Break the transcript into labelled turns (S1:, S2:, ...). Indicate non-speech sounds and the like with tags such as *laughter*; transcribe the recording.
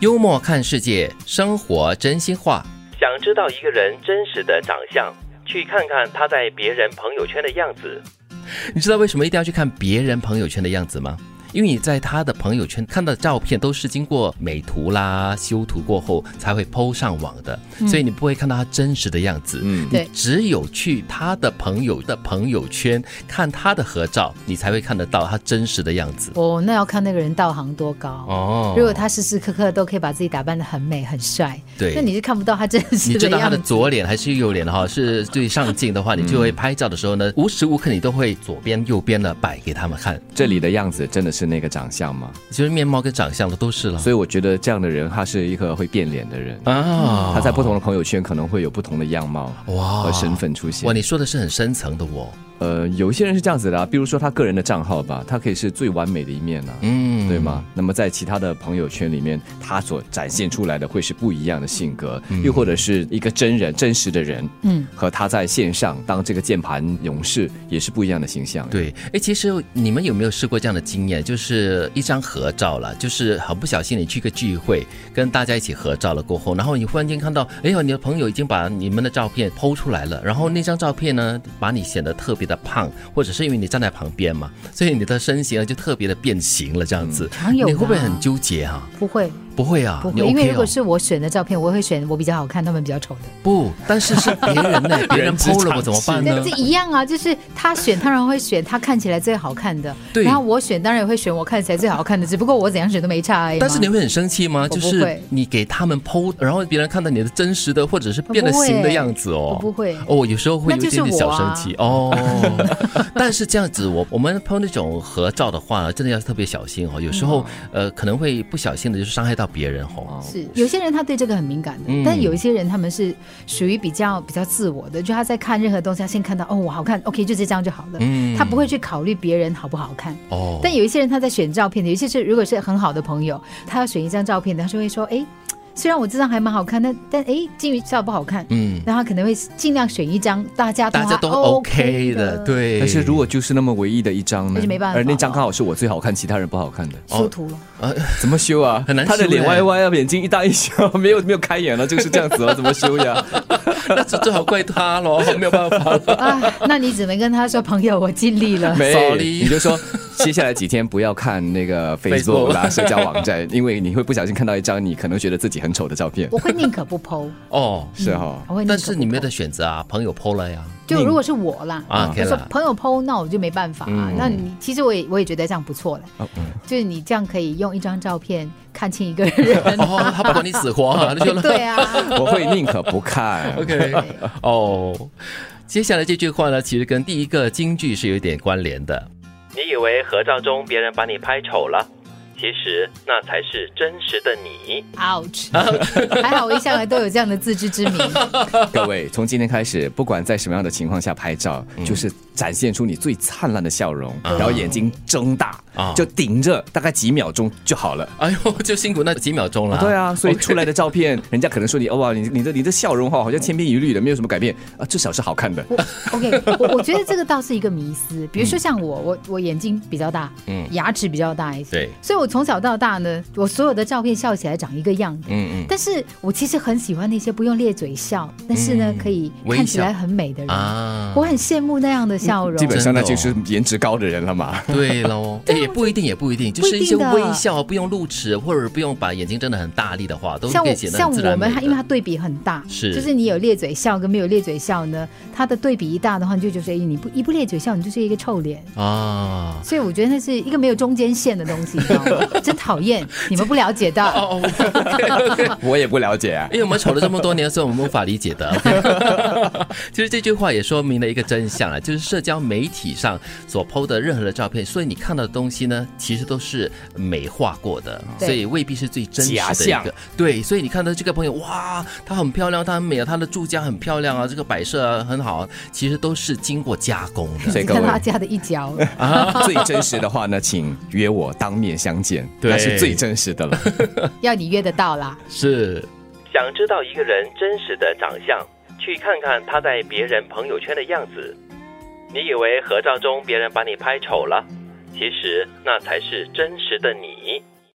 S1: 幽默看世界，生活真心话。
S2: 想知道一个人真实的长相，去看看他在别人朋友圈的样子。
S1: 你知道为什么一定要去看别人朋友圈的样子吗？因为你在他的朋友圈看到的照片都是经过美图啦、修图过后才会 PO 上网的，所以你不会看到他真实的样子。
S3: 嗯
S1: 你
S4: 对
S1: 只有去他的朋友的朋友圈看他的合照，你才会看得到他真实的样子。
S4: 哦，那要看那个人道行多高。
S1: 哦
S4: 如果他时时刻刻都可以把自己打扮得很美很帅，
S1: 对
S4: 那你是看不到他真
S1: 你
S4: 实
S1: 知
S4: 的
S1: 道他
S4: 样
S1: 的
S4: 子。
S1: 左脸还是右脸的哈，是最上镜的话，你就会拍照的时候呢，无时无刻你都会左边右边的摆给他们看，
S3: 这里的样子真的是那个长相吗？
S1: 其实面貌跟长相的都是了
S3: 所以我觉得这样的人，他是一个会变脸的人。
S1: 啊
S3: 他在不同的朋友圈可能会有不同的样貌
S1: 哇
S3: 和身份出现
S1: 哇，。你说的是很深层的哦，
S3: 呃，有一些人是这样子的、啊，比如说他个人的账号吧，他可以是最完美的一面啊，
S1: 嗯，
S3: 对吗？那么在其他的朋友圈里面，他所展现出来的会是不一样的性格，
S1: 嗯
S3: 又或者是一个真人真实的人，
S4: 嗯，
S3: 和他在线上当这个键盘勇士也是不一样的形象。，
S1: 对，哎，其实你们有没有试过这样的经验？就是一张合照了，就是很不小心你去个聚会，跟大家一起合照了过后，然后你忽然间看到，哎呦，你的朋友已经把你们的照片剖出来了，然后那张照片呢，把你显得特别的胖，或者是因为你站在旁边嘛， *laughs* 所以你的身形呢就特别的变形了，这样子，
S4: 嗯常有
S1: 你会不会
S4: 吧
S1: 很纠结啊？
S4: 不会
S1: 不会啊，
S4: 不
S1: 你
S4: 会，
S1: OK
S4: 因为如果
S1: 哦
S4: 是我选的照片，我会选我比较好看，他们比较丑的。
S1: 不，但是是别人
S3: *laughs*
S1: 呢，别人
S3: 人之
S1: 剖了
S3: 常
S1: 我怎么办
S4: 那
S1: 呢
S4: 这？一样啊，就是他选，当然会选他看起来最好看的。
S1: 对
S4: 然后我选，当然也会选我看起来最好看的，只不过我怎样选都没差而已嘛。
S1: 但是你会很生气吗？
S4: 不
S1: 就是
S4: 会
S1: 你给他们剖，然后别人看到你的真实的或者是变了
S4: 我不会
S1: 形的样子哦。
S4: 我不会
S1: 哦，我有时候会有一点点
S4: 那就是
S1: 小
S4: 我
S1: 生
S4: 啊
S1: 气、哦。 *laughs* 但是这样子，我我们剖那种合照的话，真的要特别小心哦。有时候、
S4: 嗯
S1: 呃，可能会不小心的就伤害到别人哦。
S4: 是有些人他对这个很敏感的，
S1: 嗯
S4: 但有一些人他们是属于比较比较自我的，就他在看任何东西，他先看到哦我好看，OK 就这张就好了，
S1: 嗯
S4: 他不会去考虑别人好不好看。
S1: 哦，
S4: 但有啊一些人他在选照片的，有一些是如果是很好的朋友，他要选一张照片的，他就会说，哎，虽然我这张还蛮好看，但但哎金鱼照不好看，
S1: 嗯，
S4: 然后他可能会尽量选一张大家都
S1: 大家
S4: 还
S1: 都
S4: 哦 OK
S1: OK 的，对。
S3: 但是如果就是那么唯一的一张呢
S4: 那就没办法
S3: 而那张
S4: 了
S3: 刚好是我最好看，其他人不好看的。
S1: 哦
S4: 修图了，
S3: 怎么修啊？
S1: 很难修
S3: 他的脸
S1: 欸
S3: 歪歪啊，眼睛一大一小，没有没有开眼了，就是这样
S1: *laughs*
S3: 子了，哦怎么修呀？
S1: 那就最好怪他
S3: *laughs*
S1: 咯，没有办法了。
S4: 啊， *laughs* 那你只能跟他说，朋友，我尽力了。
S3: 没，
S1: Sorry
S3: 你就说接下来几天不要看那个
S1: Facebook *laughs*
S3: Facebook 啦，社交网站，因为你会不小心看到一张你可能觉得自己很丑的
S1: *laughs*
S3: 照片
S4: 我。会宁可不剖，嗯
S1: 哦，
S3: 是哈、
S4: 我会宁可不剖。
S1: 但是你没有得选择啊，朋友剖了呀。
S4: 就如果是我啦，
S1: 啊
S4: 我
S1: ，OK
S4: 说
S1: 啦嗯
S4: 朋友剖，那我就没办法啊。那你其实我也我也觉得这样不错了，
S1: 哦
S4: 就是你这样可以用一张照片看清一个人。
S1: 哦，他不管你死活啊，那就
S4: *laughs* 对
S1: *laughs*
S4: 啊，
S3: 我会宁可不看。
S1: OK，哦，接下来这句话呢，其实跟第一个京剧是有一点关联的。
S2: 你以为合照中别人把你拍丑了，其实那才是真实的你。
S1: *laughs*
S4: ouch，还好我一向来都有这样的自知之明。
S3: 各位，从今天开始，不管在什么样的情况下拍照，
S1: 嗯
S3: 就是展现出你最灿烂的笑容，然后眼睛睁大，
S1: 啊
S3: 就顶着大概几秒钟就好了。
S1: 哎呦，就辛苦那几秒钟了。
S3: 对啊，所以出来
S1: OK
S3: 的照
S1: *laughs*
S3: 片，人家可能说你，哦哇，你你的你的笑容哈，好像千篇一律的，没有什么改变啊，至少是好看的。
S4: 我 OK，我我觉得这个倒是一个迷思。比如说像我，我我眼睛比较大，
S1: 嗯
S4: 牙齿比较大一些，
S1: 对，
S4: 所以我从小到大呢，我所有的照片笑起来长一个样子。
S1: 嗯
S4: 但是我其实很喜欢那些不用咧嘴笑，但是呢、
S1: 嗯
S4: 可以
S1: 微
S4: 看起
S1: 笑
S4: 来很美的人
S1: 嗯。啊嗯
S4: 我，很羡慕那样的笑容。
S3: 基本上那就
S1: 真
S3: 是颜值高的人了嘛。
S1: 对喽，哎也不一定，也不一定，就
S4: 不一
S1: 是一些
S4: 定的
S1: 微笑，不用露齿，或者不用把眼睛睁得很大力的话，都
S4: 像
S1: 可
S4: 我
S1: 以显得很
S4: 像
S1: 自然
S4: 我们
S1: 美，的
S4: 因为它对比很大，
S1: 是
S4: 就是你有咧嘴笑跟没有咧嘴笑呢，它的对比一大的话，你就觉得哎你不一不咧嘴笑，你就是一个臭脸。
S1: 啊。
S4: 所以我觉得那是一个没有中间线的东西，你知道
S3: *laughs*
S4: 吗？真讨厌，你们不了解到。 *laughs*
S1: 哦，OK，OK，
S3: 我也不了解啊。
S1: 因为我们丑了这么多年，所以我们无法理解的。
S3: *laughs*
S1: *laughs* 其实这句话也说明了一个真相啊，就是社交媒体上所 PO 的任何的照片，所以你看到的东西呢，其实都是美化过的，
S4: 对
S1: 所以未必是最真实
S3: 假
S1: 的一
S3: 象
S1: 个。对，所以你看到这个朋友，哇，她很漂亮，她很美啊，她的住家很漂亮啊，这个摆设啊很好啊，其实都是经过加工
S3: *laughs*
S1: 的。
S3: 所以各
S4: 看
S3: 位
S4: 到他家的一角，
S3: 最真实的话呢，请约我当面相见，
S1: 对
S3: 那是最真实的了。
S4: 要你约得到啦。
S1: 是，
S2: 想知道一个人真实的长相，去看看他在别人朋友圈的样子。你以为合照中别人把你拍丑了，其实那才是真实的你。